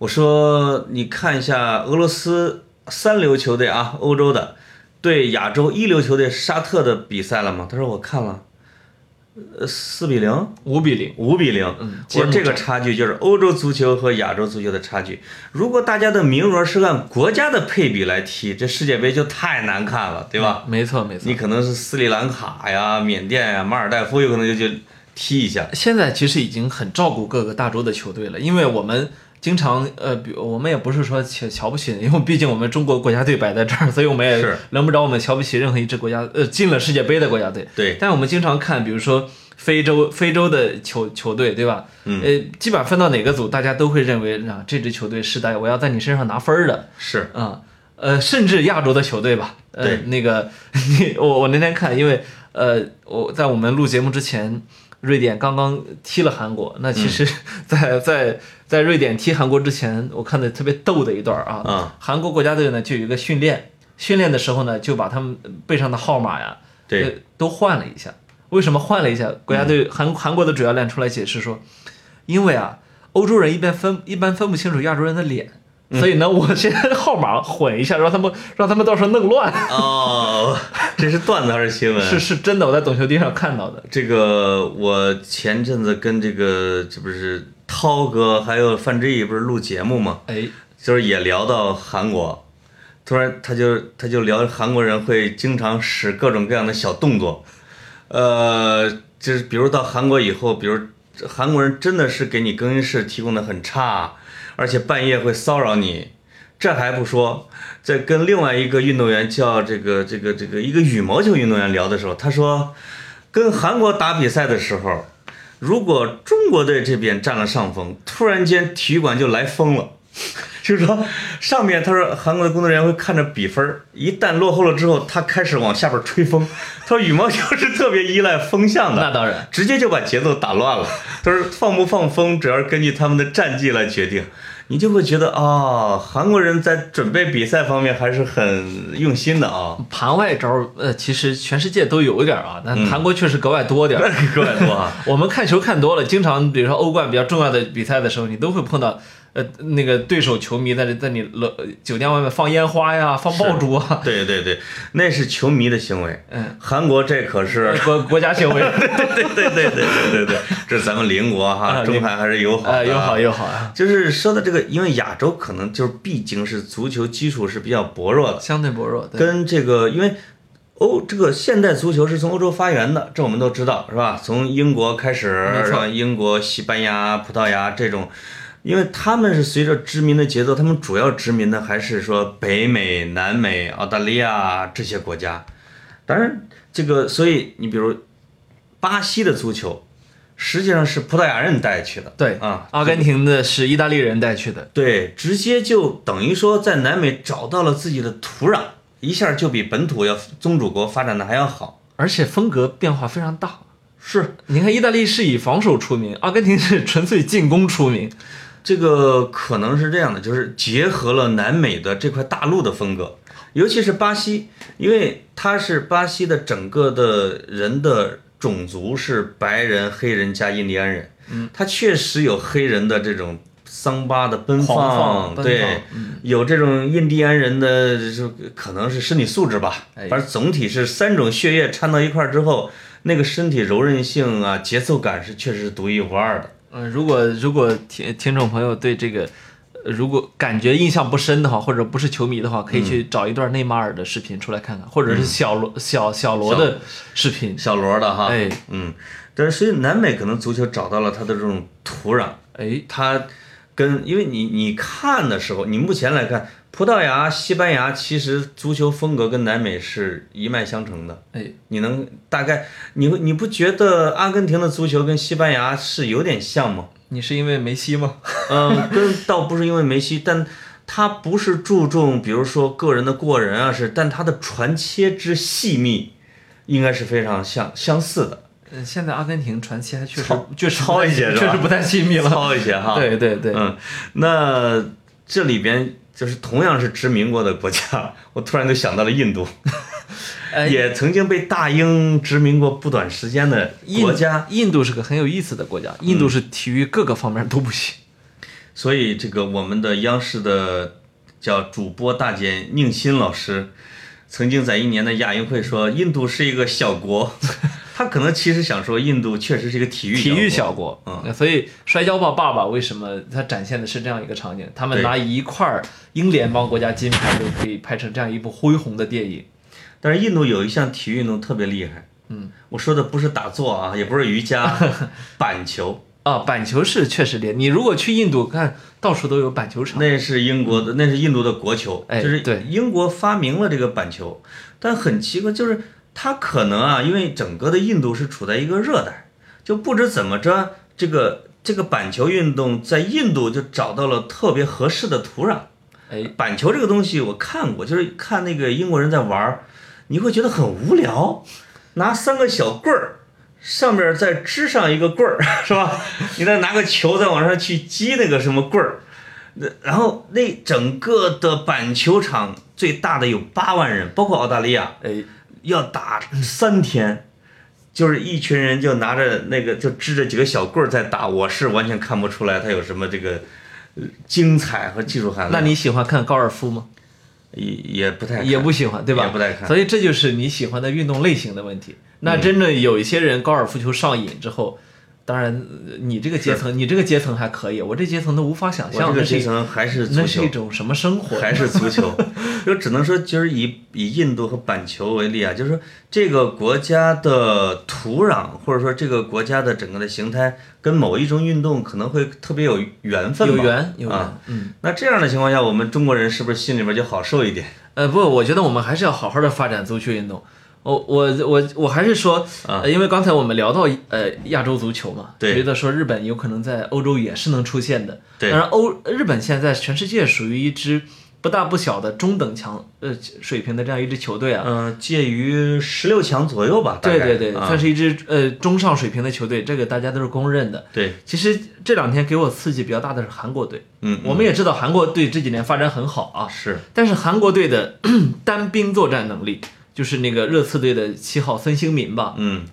S3: 我说你看一下俄罗斯三流球队啊，欧洲的对亚洲一流球队沙特的比赛了吗？他说我看了，呃，四比零，
S4: 五比零，
S3: 五比零。
S4: 嗯
S3: 我说这
S4: 揭幕
S3: 个
S4: 战
S3: 差距就是欧洲足球和亚洲足球的差距。如果大家的名额是按国家的配比来踢，这世界杯就太难看了，对吧？
S4: 没错没错
S3: 你。可能是斯里兰卡呀、缅甸呀、马尔代夫，有可能就就踢一下。
S4: 现在其实已经很照顾各个大洲的球队了，因为我们经常呃，比我们也不是说瞧瞧不起，因为毕竟我们中国国家队摆在这儿，所以我们也
S3: 是
S4: 轮不着我们瞧不起任何一支国家呃进了世界杯的国家队。
S3: 对
S4: 但我们经常看，比如说非洲非洲的球球队，对吧？嗯，呃，基本上分到哪个组，大家都会认为啊，这支球队是在我要在你身上拿分儿的。
S3: 是
S4: 啊，呃，甚至亚洲的球队吧，呃
S3: 对，
S4: 那个， 你我我那天看，因为呃，我在我们录节目之前，瑞典刚刚踢了韩国，那其实 在、在在瑞典踢韩国之前，我看的特别逗的一段儿啊，
S3: 嗯
S4: 韩国国家队呢就有一个训练，训练的时候呢就把他们背上的号码呀，
S3: 对
S4: 呃，都换了一下。为什么换了一下？国家队韩韩国的主教练出来解释说，因为啊，欧洲人一般分一般分不清楚亚洲人的脸，所以呢，我先号码混一下，让他们让他们到时候弄乱。
S3: 哦， 这是段子还是新 闻？
S4: 是是真的，我在懂球帝上看到的。
S3: 这个，我前阵子跟这个这不是涛哥还有范志毅不是录节目吗？
S4: 哎，
S3: 就是也聊到韩国，突然他就他就聊韩国人会经常使各种各样的小动作，呃，就是比如到韩国以后，比如韩国人真的是给你更衣室提供的很差，而且半夜会骚扰你，这还不说，在跟另外一个运动员叫这个这个这个一个羽毛球运动员聊的时候，他说，跟韩国打比赛的时候。如果中国队这边占了上风，突然间体育馆就来风了， 就是说，上面他说韩国的工作人员会看着比分儿，一旦落后了之后，他开始往下边吹风。他说羽毛球是特别依赖风向的，
S4: 那当然，
S3: 直接就把节奏打乱了。他说放不放风，主要是根据他们的战绩来决定。你就会觉得啊、韩国人在准备比赛方面还是很用心的啊、
S4: 盘外招儿，呃，其实全世界都有一点儿啊，那韩国确实格外多点 儿。
S3: 各位说啊，
S4: 我们看球看多了，经常比如说欧冠比较重要的比赛的时候，你都会碰到，呃，那个对手球迷在在你楼酒店外面放烟花呀，放爆竹啊，
S3: 对对对，那是球迷的行为。
S4: 嗯，
S3: 韩国这可是
S4: 国国家行为，
S3: 对对对对对对对，这是咱们邻国
S4: 啊
S3: 哈，中韩还是友好
S4: 呃，
S3: 的，
S4: 又好又好啊，
S3: 就是说到这个，因为亚洲可能就是毕竟是足球基础是比较薄弱的，
S4: 相对薄弱，对，
S3: 啊跟这个因为欧这个现代足球是从欧洲发源的，这我们都知道是吧？从英国开始，
S4: 没错
S3: 然后英国、西班牙、葡萄牙这种，因为他们是随着殖民的节奏，他们主要殖民的还是说北美、南美、澳大利亚这些国家。当然，这个所以你比如巴西的足球，实际上是葡萄牙人带去的，
S4: 对
S3: 啊，
S4: 阿根廷的是意大利人带去的，
S3: 对，直接就等于说在南美找到了自己的土壤，一下就比本土要宗主国发展的还要好。
S4: 而且风格变化非常大。
S3: 是
S4: 你看，意大利是以防守出名，阿根廷是纯粹进攻出名。
S3: 这个可能是这样的，就是结合了南美的这块大陆的风格，尤其是巴西，因为它是巴西的整个的人的种族是白人、黑人加印第安人，嗯，它确实有黑人的这种桑巴的奔
S4: 狂放嗯
S3: 放，
S4: 奔
S3: 对，
S4: 放
S3: 有这种印第安人的，就是可能是身体素质吧
S4: 哎，
S3: 反正总体是三种血液掺到一块儿之后，那个身体柔韧性啊、节奏感是确实是独一无二的。
S4: 嗯，如果如果听听众朋友对这个，呃如果感觉印象不深的话，或者不是球迷的话，可以去找一段内马尔的视频出来看看，或者是小罗、小嗯小罗的视频。
S3: 小罗的哈，
S4: 哎
S3: 嗯，但是所以南美可能足球找到了它的这种土壤，
S4: 哎，
S3: 它跟因为你你看的时候，你目前来看，葡萄牙、西班牙其实足球风格跟南美是一脉相承的。
S4: 哎，
S3: 你能大概你会你不觉得阿根廷的足球跟西班牙是有点像吗？
S4: 你是因为梅西吗？
S3: 嗯，跟倒不是因为梅西，但他不是注重，比如说个人的过人啊，是，但他的传切之细密，应该是非常相相似的，
S4: 嗯，现在阿根廷传奇还确实
S3: 糙
S4: 确实
S3: 糙一些是吧
S4: 确实不太亲密了。
S3: 糙一些哈。
S4: 对对对，
S3: 嗯，那这里边就是同样是殖民过的国家， 我突然就想到了印度，
S4: 哎
S3: 也曾经被大英殖民过不短时间的
S4: 印
S3: 国家，
S4: 印度是个很有意思的国家，印度是体育各个方面都不行。
S3: 所以这个我们的央视的叫主播大姐宁心老师，曾经在一年的亚运会说印度是一个小国， 他可能其实想说印度确实是一个体育
S4: 体育
S3: 小
S4: 小
S3: 国，
S4: 国，
S3: 嗯
S4: 那所以摔跤吧爸爸为什么它展现的是这样一个场景？他们
S3: 对
S4: 拿一块儿英联邦国家金牌都可以拍成这样一部恢宏的电影。
S3: 但是印度有一项体育运动特别厉害，嗯，我说的不是打坐啊，也不是 瑜伽，板球。
S4: 啊，板球是确实厉害。你如果去印度看，到处都有板球场。嗯
S3: 那是英国的，那是印度的国球，
S4: 哎
S3: 就是
S4: 对
S3: 英国发明了这个板球，但很奇怪，就是它可能啊，因为整个的印度是处在一个热带，就不知怎么着，这个这个板球运动在印度就找到了特别合适的土壤。
S4: 哎，
S3: 板球这个东西我看过，就是看那个英国人在玩儿，你会觉得很无聊，拿三个小棍儿。上面再支上一个棍儿， 是吧？你再拿个球再往上去击那个什么棍儿，那然后那整个的板球场最大的有八万人，包括澳大利亚，
S4: 哎，
S3: 要打三天，就是一群人就拿着那个就支着几个小棍儿在打，我是完全看不出来他有什么这个呃精彩和技术含
S4: 那
S3: 量。
S4: 你喜欢看高尔夫吗？
S3: 也也不太看
S4: 也不喜欢，对吧？
S3: 也不太看嗯
S4: 所以这就是你喜欢的运动类型的问题。那真正有一些人高尔夫球上瘾之后，当然呃你这个阶层，你这个阶层还可以，我这阶层都无法想
S3: 我这
S4: 象，
S3: 个
S4: 那是
S3: 阶
S4: 一
S3: 层还是足
S4: 那是一
S3: 球，
S4: 种什么生活？
S3: 还是足球，就只能说就是以以印度和板球为例啊，就是说这个国家的土壤或者说这个国家的整个的形态跟某一种运动可能会特别有缘分吧，
S4: 有缘有缘
S3: 啊，
S4: 嗯，
S3: 那这样的情况下，我们中国人是不是心里边就好受一点？
S4: 呃，不，我觉得我们还是要好好的发展足球运动。我我我我还是说，呃，因为刚才我们聊到呃亚洲足球嘛，
S3: 啊对
S4: 觉得说日本有可能在欧洲也是能出现的。
S3: 对
S4: 当然欧日本现在全世界属于一支不大不小的中等强呃水平的这样一支球队啊。
S3: 嗯、介于十六强左右吧，大概
S4: 对对对，
S3: 啊
S4: 算是一支呃中上水平的球队，这个大家都是公认的。
S3: 对，
S4: 其实这两天给我刺激比较大的是韩国队，
S3: 嗯，
S4: 我们也知道韩国队这几年发展很好啊，
S3: 是
S4: 但是韩国队的 单兵作战能力，就是那个热刺队的七号孙兴民吧，
S3: 嗯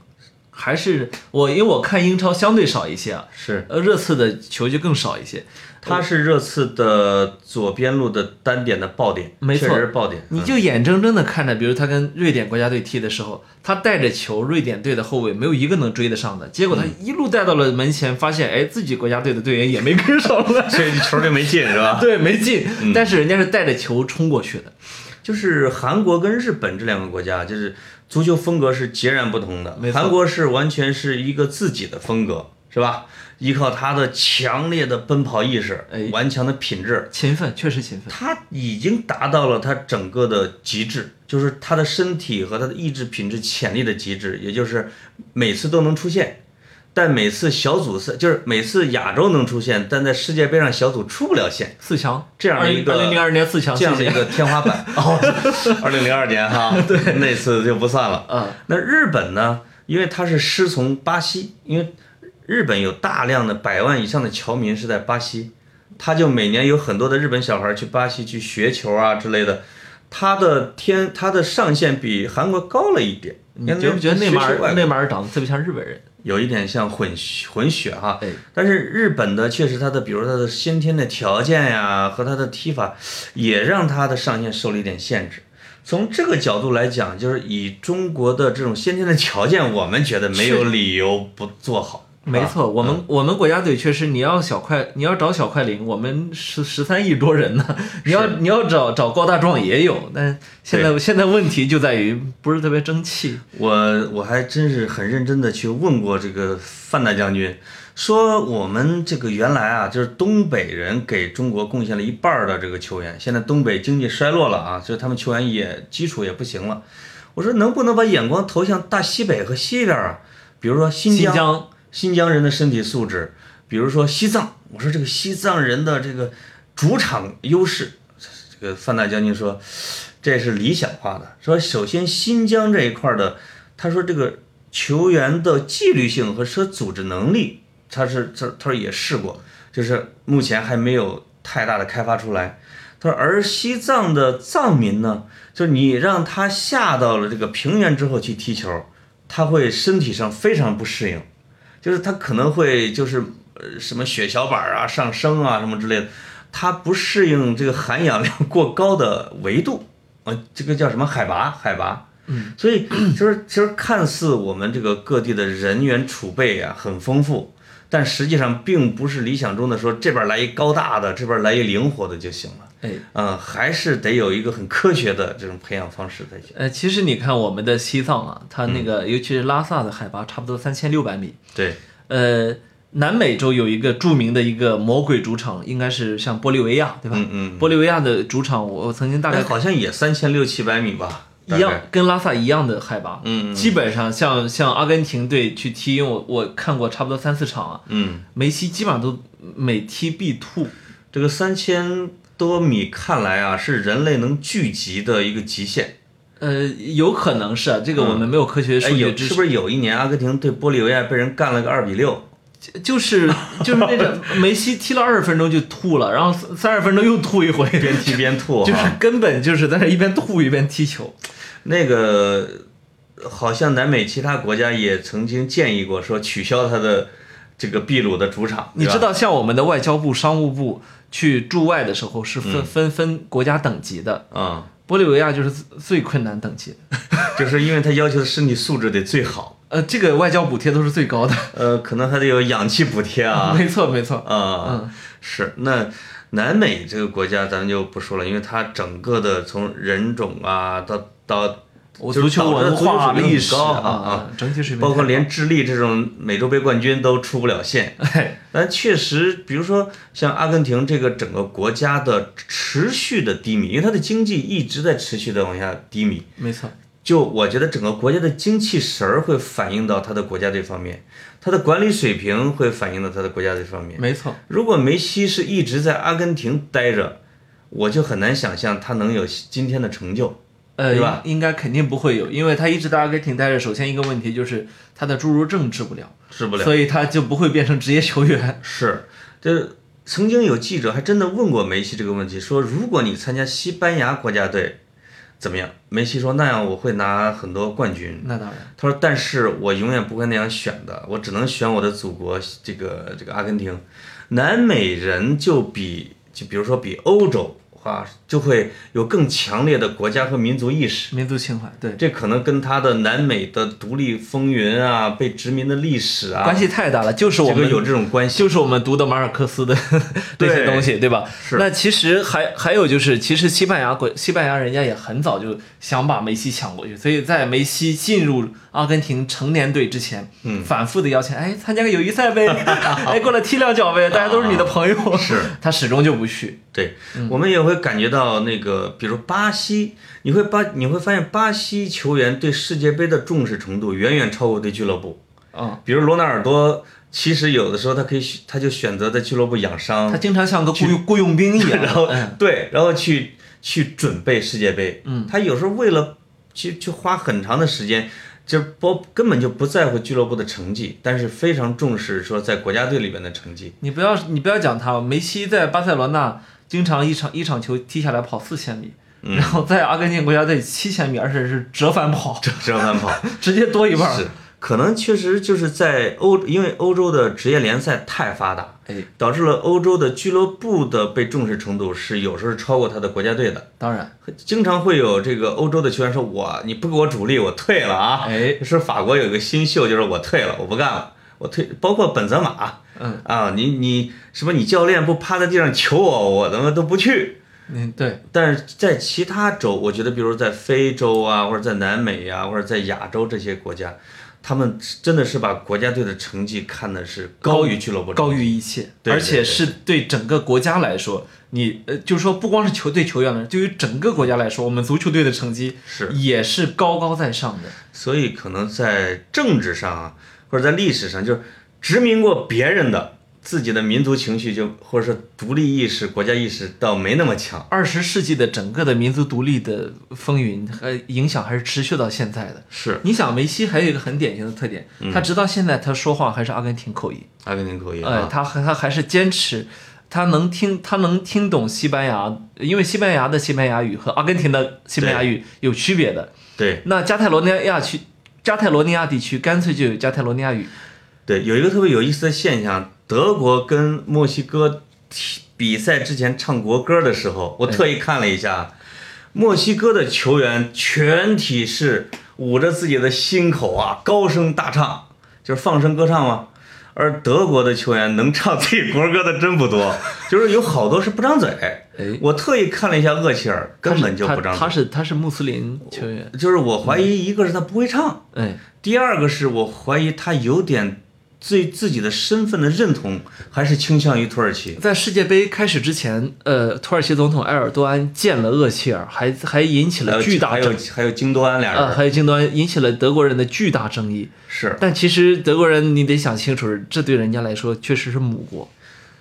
S4: 还是我因为我看英超相对少一些啊，
S3: 是，
S4: 呃，热刺的球就更少一些。
S3: 他是热刺的左边路的单点的爆点，
S4: 没错
S3: 确实是爆点。
S4: 你
S3: 嗯
S4: 就眼睁睁的看着，比如他跟瑞典国家队踢的时候，他带着球，瑞典队的后卫没有一个能追得上的，结果他
S3: 嗯
S4: 一路带到了门前，发现哎，自己国家队的队员也没跟上来，
S3: 所以球就没进 是 吧？
S4: 对，没进。
S3: 嗯
S4: 但是人家是带着球冲过去的，
S3: 就是韩国跟日本这两个国家，就是足球风格是截然不同的
S4: 没。错
S3: 韩国是完全是一个自己的风格，是吧？依靠他的强烈的奔跑意识
S4: 哎、
S3: 顽强的品质，
S4: 勤奋，确实勤奋。
S3: 他已经达到了他整个的极致，就是他的身体和他的意志品质潜力的极致，也就是每次都能出现，但每次小组赛就是每次亚洲能出现，但在世界杯上小组出不了线，
S4: 四强，
S3: 这样的一个
S4: 二零零二年四强，
S3: 这样的
S4: 谢
S3: 一
S4: 谢
S3: 个天 花板。哦， 二零零二年哈，对，那次就不算了。
S4: 嗯，
S3: 那日本呢？因为它是师从巴西，因为日本有大量的百万以上的侨民是在巴西，他就每年有很多的日本小孩去巴西去学球啊之类的。他的天，他的上限比韩国高了一点。
S4: 你觉不觉得内马
S3: 学习外
S4: 尔
S3: 国啊
S4: 内马尔长得特别像日本人？
S3: 有一点像混血混血哈，
S4: 哎
S3: 但是日本的确实他的，比如他的先天的条件呀和他的踢法，也让他的上限受了一点限制。从这个角度来讲，就是以中国的这种先天的条件，我们觉得没有理由不做好。
S4: 没
S3: 啊，
S4: 错，我们、我们国家队确实，你要小快，你要找小快灵，我们十十三亿多人呢，你要你要找找高大壮也有，但现在现在问题就在于不是特别争气。
S3: 我我还真是很认真的去问过这个范大将军，说我们这个原来啊，就是东北人给中国贡献了一半儿的这个球员，现在东北经济衰落了啊，就是他们球员也基础也不行了。我说能不能把眼光投向大西北和西边啊？比如说新
S4: 新
S3: 疆，啊
S4: 疆
S3: 新疆人的身体素质，比如说西藏，我说这个西藏人的这个主场优势，这个范大将军说这是理想化的，说首先新疆这一块儿的。他说这个球员的纪律性和说组织能力，他是他他说也试过，就是目前还没有太大的开发出来。他说而西藏的藏民呢，就是你让他下到了这个平原之后去踢球，他会身体上非常不适应，就是他可能会就是呃什么血小板啊上升啊什么之类的，他不适应这个含氧量过高的维度，呃，这个叫什么海拔海拔。嗯，所以就是其实看似我们这个各地的人员储备啊很丰富，但实际上并不是理想中的说这边来一高大的，这边来一灵活的就行了。
S4: 哎，
S3: 嗯，还是得有一个很科学的这种培养方式才行。
S4: 呃，其实你看我们的西藏啊，它
S3: 嗯
S4: 那个、尤其是拉萨的海拔差不多三千六百米。
S3: 对，
S4: 呃，南美洲有一个著名的一个魔鬼主场，应该是像玻利维亚，对吧？
S3: 嗯嗯嗯
S4: 玻利维亚的主场，我我曾经大概
S3: 哎，好像也三千六七百米吧，
S4: 一
S3: 大
S4: 样
S3: 概，
S4: 跟拉萨一样的海拔。
S3: 嗯嗯
S4: 基本上像像阿根廷队去踢，因为我我看过差不多三四场啊，
S3: 嗯，
S4: 梅西基本上都每踢必吐。
S3: 这个三千多米看来啊，是人类能聚集的一个极限。
S4: 呃，有可能是啊，这个我们没有科学
S3: 哎，
S4: 数据
S3: 有
S4: 支
S3: 是
S4: 持，
S3: 不是有一年阿根廷对玻利维亚被人干了个二 比六？
S4: 就是就是那 个梅西踢了二十分钟就吐了，然后三十分钟又吐一回，
S3: 边踢边 吐
S4: 就是
S3: 哈。
S4: 根本就是在那一边吐一边踢球。
S3: 那个好像南美其他国家也曾经建议过，说取消他的这个秘鲁的主场。
S4: 你
S3: 对吧
S4: 知道，像我们的外交部、商务部去驻外的时候是
S3: 嗯
S4: 分、分分国家等级的，
S3: 啊、
S4: 玻利维亚就是最最困难等级的，
S3: 就是因为他要求的身体素质得最好，
S4: 呃，这个外交补贴都是最高的，
S3: 呃，可能还得有氧气补贴 啊。
S4: 没错没错，
S3: 啊、是那南美这个国家咱们就不说了，因为它整个的从人种啊到到
S4: 我
S3: 就是
S4: 足球
S3: 导致
S4: 文
S3: 足球
S4: 化、
S3: 水平很
S4: 历史
S3: 高
S4: 啊
S3: 啊，
S4: 整体水平
S3: 包 括
S4: 太
S3: 连智利这种美洲杯冠军都出不了线。
S4: 高哎
S3: 但确实，比如说像阿根廷这个整个国家的持续的低迷，因为它的经济一直在持续的往下低迷，
S4: 没错，
S3: 就我觉得整个国家的精气神儿会反映到它的国家这方面，它的管理水平会反映到它的国家这方面。
S4: 没错，
S3: 如果梅西是一直在阿根廷待着，我就很难想象他能有今天的成就。
S4: 呃，
S3: 对吧
S4: 应应该肯定不会有，因为他一直在阿根廷待着，首先一个问题就是他的侏儒症治不了，
S3: 治不了
S4: 所以他就不会变成职业球员。
S3: 是，这曾经有记者还真的问过梅西这个问题，说如果你参加西班牙国家队，怎么样？梅西说那样我会拿很多冠军。
S4: 那当然，
S3: 他说：“但是我永远不会那样选的，我只能选我的祖国，这个这个阿根廷。南美人就比就比如说比欧洲啊，就会有更强烈的国家和民族意识。
S4: 民族情怀对。
S3: 这可能跟他的南美的独立风云啊，被殖民的历史啊，
S4: 关系太大了，就是我
S3: 这
S4: 们
S3: 个有这种关系。
S4: 就是我们读的马尔克斯的 那些
S3: 对
S4: 东西，对吧？
S3: 是
S4: 那其实还还有就是，其实西班牙国西班牙人家也很早就想把梅西抢过去，所以在梅西进入阿根廷成年队之前，嗯，反复的邀请，哎，参加个友谊赛 呗，哎，过来踢两脚呗，大家都是你的朋友。
S3: 是，
S4: 他始终就不去。
S3: 对，
S4: 嗯
S3: 我们也会感觉到那个，比如巴西，你会巴你会发现巴西球员对世界杯的重视程度远远超过对俱乐部。
S4: 嗯，
S3: 比如罗纳尔多，其实有的时候他可以选他就选择在俱乐部养伤
S4: 他，经常像个雇佣雇佣兵一 样，
S3: 然后
S4: 嗯
S3: 对，然后去去准备世界杯。嗯，他有时候为了去去花很长的时间，就是不根本就不在乎俱乐部的成绩，但是非常重视说在国家队里边的成绩。
S4: 你不要你不要讲他，梅西在巴塞罗那经常一场一场球踢下来跑四千米，
S3: 嗯
S4: 然后在阿根廷国家队七千米，而且是折返跑，
S3: 折返跑
S4: 直接 多一半。
S3: 是，可能确实就是在欧，因为欧洲的职业联赛太发达，
S4: 哎，
S3: 导致了欧洲的俱乐部的被重视程度是有时候是超过他的国家队的。
S4: 当然，
S3: 经常会有这个欧洲的球员说：“我你不给我主力，我退了啊！”
S4: 哎
S3: 是法国有一个新秀，就是我退了，我不干了，我退。包括本泽马，
S4: 嗯
S3: 啊，你你什么？你教练不趴在地上求我，我他妈都不去。
S4: 嗯，对，
S3: 但是在其他州，我觉得，比如在非洲啊，或者在南美呀、或者在亚洲这些国家，他们真的是把国家队的成绩看的是高于俱乐部，
S4: 高于一切，
S3: 对对
S4: 而且是对整个国家来说，你呃，就是说不光是球队球员了，对于整个国家来说，我们足球队的成绩
S3: 是
S4: 也是高高在上的。
S3: 所以可能在政治上啊，或者在历史上，就是殖民过别人的，自己的民族情绪就或者说独立意识、国家意识倒没那么强。
S4: 二十世纪的整个的民族独立的风云和影响还是持续到现在的。
S3: 是
S4: 你想，梅西还有一个很典型的特点，
S3: 嗯
S4: 他直到现在他说话还是阿根廷口音，
S3: 阿根廷口音
S4: 呃，
S3: 啊，
S4: 他还他还是坚持，他能听他能听懂西班牙，因为西班牙的西班牙语和阿根廷的西班牙语有区别的。
S3: 对
S4: 那加泰罗尼亚区，加泰罗尼亚地区干脆就有加泰罗尼亚语，
S3: 对，有一个特别有意思的现象，德国跟墨西哥踢比赛之前唱国歌的时候，我特意看了一
S4: 哎
S3: 下，墨西哥的球员全体是捂着自己的心口啊，高声大唱，就是放声歌唱嘛。而德国的球员能唱自己国歌的真不多， 就是有好多是不张嘴。
S4: 哎
S3: 我特意看了一下厄齐尔，根本就不哦
S4: 他
S3: 张
S4: 是他
S3: 嘴。
S4: 是他是穆斯林球员，
S3: 就是我怀疑，一个是他不会唱，
S4: 哎，
S3: 第二个是我怀疑他有点对自己的身份的认同还是倾向于土耳其。
S4: 在世界杯开始之前，呃，土耳其总统埃尔多安见了厄齐尔，还还引起
S3: 还
S4: 了
S3: 有
S4: 呃巨大
S3: 呃还有
S4: 争，
S3: 还有京多安俩人、
S4: 呃，还有京端引起了德国人的巨大争议。
S3: 是。
S4: 但其实德国人，你得想清楚，这对人家来说确实是母国。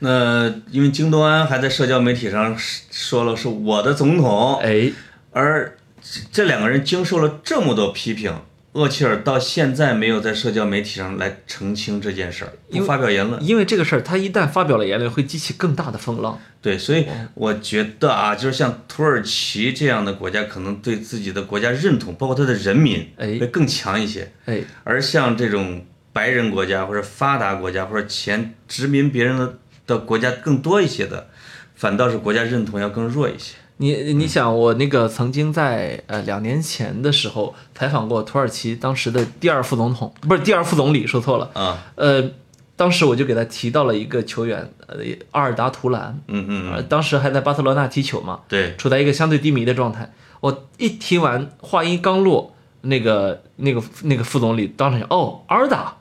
S3: 那因为京多安还在社交媒体上说了是我的总统，
S4: 哎，
S3: 而这这两个人经受了这么多批评，厄齐尔到现在没有在社交媒体上来澄清这件事儿，不发表言论。
S4: 因为这个事儿，他一旦发表了言论，会激起更大的风浪。
S3: 对，所以
S4: 哦
S3: 我觉得啊，就是像土耳其这样的国家，可能对自己的国家认同，包括他的人民，
S4: 哎
S3: 会更强一些。
S4: 哎，
S3: 而像这种白人国家或者发达国家或者前殖民别人的的国家更多一些的，反倒是国家认同要更弱一些。
S4: 你你想，我那个曾经在呃两年前的时候采访过土耳其当时的第二副总统，不是第二副总理，说错了，
S3: 啊，
S4: 呃，当时我就给他提到了一个球员，呃，阿尔达图兰，
S3: 嗯嗯，
S4: 呃，当时还在巴塞罗那踢球嘛，
S3: 对，
S4: 处在一个相对低迷的状态。我一提完，话音刚落，那个那个那个副总理当场就哦，阿尔达，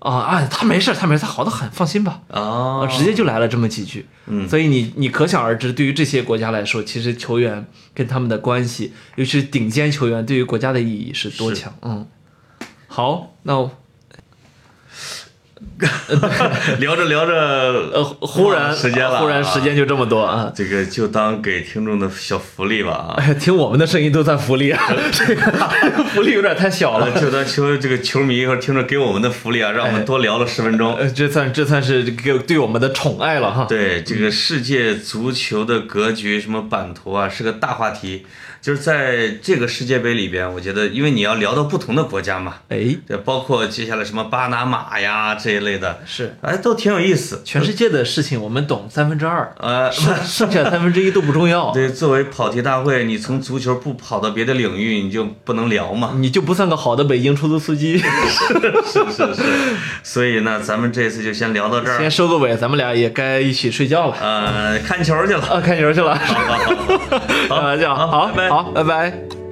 S4: 啊啊，他没事儿，他没事儿，他好的很，放心吧。啊，
S3: 啊，
S4: 直接就来了这么几句。嗯，所以你你可想而知，对于这些国家来说，其实球员跟他们的关系，尤其是顶尖球员，对于国家的意义是多强。嗯，好，那我
S3: 聊着聊着，
S4: 呃，忽然
S3: 时间了，
S4: 忽然时，间就这么多啊。
S3: 这个就当给听众的小福利吧啊。
S4: 哎呀，听我们的声音都算福 利啊，这个福利有点太小 了。
S3: 呃，就当球这个球迷或者听众给我们的福利啊，让我们多聊了十分钟。
S4: 呃，这算这算是给对我们的宠爱了哈。哎
S3: 对这个世界足球的格局、什么版图啊，是个大话题。就是在这个世界杯里边，我觉得，因为你要聊到不同的国家嘛，
S4: 哎，
S3: 这包括接下来什么巴拿马呀这一类的，
S4: 是
S3: 哎，都挺有意思。
S4: 全世界的事情我们懂三分之二，
S3: 呃，
S4: 剩剩下三分之一都不重要，
S3: 对，作为跑题大会，你从足球不跑到别的领域，你就不能聊嘛。
S4: 你就不算个好的北京出租司机。
S3: 是啊是是。所以呢，咱们这次就先聊到这
S4: 先
S3: 儿。
S4: 收个尾，咱们俩也该一起睡觉了，
S3: 呃，看球去了。
S4: 啊，看球去了，啊
S3: 好好好好好
S4: 开玩笑，好，
S3: 拜拜
S4: 好，拜拜。